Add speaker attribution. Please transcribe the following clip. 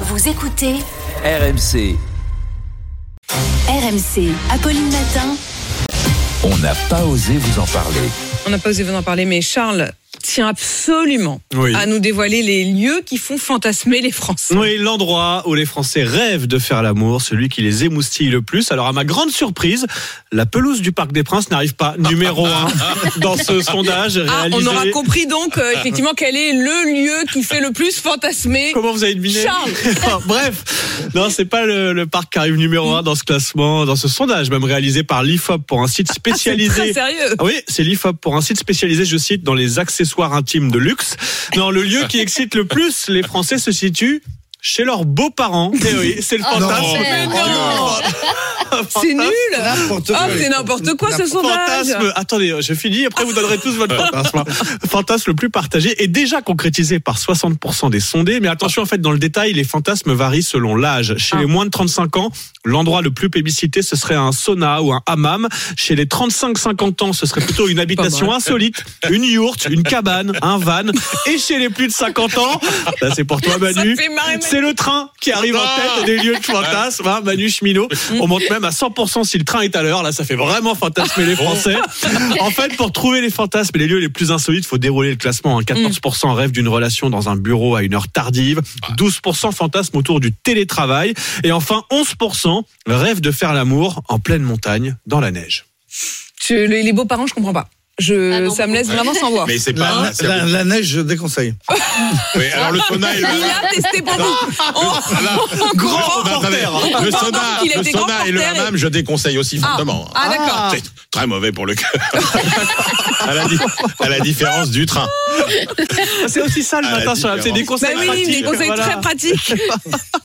Speaker 1: Vous écoutez
Speaker 2: RMC,
Speaker 1: RMC. Apolline Matin.
Speaker 2: on n'a pas osé vous en parler.
Speaker 3: On n'a pas osé vous en parler, mais Charles tient absolument
Speaker 4: Oui.
Speaker 3: à nous dévoiler les lieux qui font fantasmer les Français.
Speaker 4: Oui, l'endroit où les Français rêvent de faire l'amour, celui qui les émoustille le plus. Alors, à ma grande surprise, la pelouse du Parc des Princes n'arrive pas numéro un dans ce sondage
Speaker 3: Ah,
Speaker 4: réalisé.
Speaker 3: on aura compris donc euh, effectivement quel est le lieu qui fait le plus fantasmer.
Speaker 4: Comment vous avez deviné
Speaker 3: Charles
Speaker 4: Enfin, Bref, non, c'est pas le, le parc qui arrive numéro un dans ce classement, dans ce sondage, même réalisé par l'IFOP pour un site
Speaker 3: Ah, Très
Speaker 4: spécialisé.
Speaker 3: sérieux.
Speaker 4: Ah oui, c'est l'IFOP pour un site spécialisé, je cite, dans les accessoires intimes de luxe. Non, le lieu qui excite le plus les Français se situe chez leurs beaux-parents. Eh oui, c'est le
Speaker 3: Ah,
Speaker 4: fantasme.
Speaker 5: non,
Speaker 3: mais
Speaker 4: Oh
Speaker 3: non. C'est
Speaker 4: Fantasme.
Speaker 3: nul.
Speaker 5: N'importe
Speaker 3: Ah,
Speaker 5: quoi.
Speaker 3: c'est n'importe quoi ce sondage.
Speaker 4: Fantasme. Attendez, je finis, après vous donnerez tous votre fantasme. Fantasme le plus partagé est déjà concrétisé par 60% des sondés. Mais attention, en fait, dans le détail, les fantasmes varient selon l'âge. Chez
Speaker 3: Ah.
Speaker 4: les moins de 35 ans, l'endroit le plus plébiscité, ce serait un sauna ou un hammam. Chez les 35-50 ans, ce serait plutôt une habitation insolite, une yourte, une cabane, un van. Et chez les plus de 50 ans, là, c'est pour toi,
Speaker 3: Ça
Speaker 4: Manu.
Speaker 3: fait marrer Manu.
Speaker 4: C'est le train qui arrive en tête des lieux de fantasme, hein, Manu Cheminot. On monte même à 100% si le train est à l'heure. Là, ça fait vraiment fantasmer les Français. En fait, pour trouver les fantasmes et les lieux les plus insolites, faut dérouler le classement. hein.
Speaker 3: Mm.
Speaker 4: 14% rêvent d'une relation dans un bureau à une heure tardive. 12% fantasment autour du télétravail. Et enfin, 11% rêvent de faire l'amour en pleine montagne, dans la neige.
Speaker 3: Je- les, les beaux-parents, je comprends pas. Je,
Speaker 6: Ah non,
Speaker 3: ça me laisse vraiment sans voix.
Speaker 5: Mais c'est pas. La, la- la neige, je déconseille.
Speaker 7: Mais alors le sauna, il
Speaker 3: Il a testé pour Oh, nous. On- on
Speaker 4: Grand
Speaker 3: comprend.
Speaker 4: reporter
Speaker 7: le
Speaker 3: Pendant
Speaker 7: sauna,
Speaker 3: qu'il a
Speaker 7: le
Speaker 3: été grand
Speaker 7: sauna et le
Speaker 3: porteur et-
Speaker 7: hammam, je déconseille aussi
Speaker 3: Ah,
Speaker 7: fortement.
Speaker 3: ah, d'accord.
Speaker 7: C'est très mauvais pour le cœur. à, la di- à la différence du train.
Speaker 4: C'est aussi ça le
Speaker 7: À la
Speaker 4: matin sur la- C'est des
Speaker 7: différence.
Speaker 4: conseils
Speaker 3: Bah oui,
Speaker 4: pratiques.
Speaker 3: des conseils
Speaker 4: Voilà.
Speaker 3: très pratiques.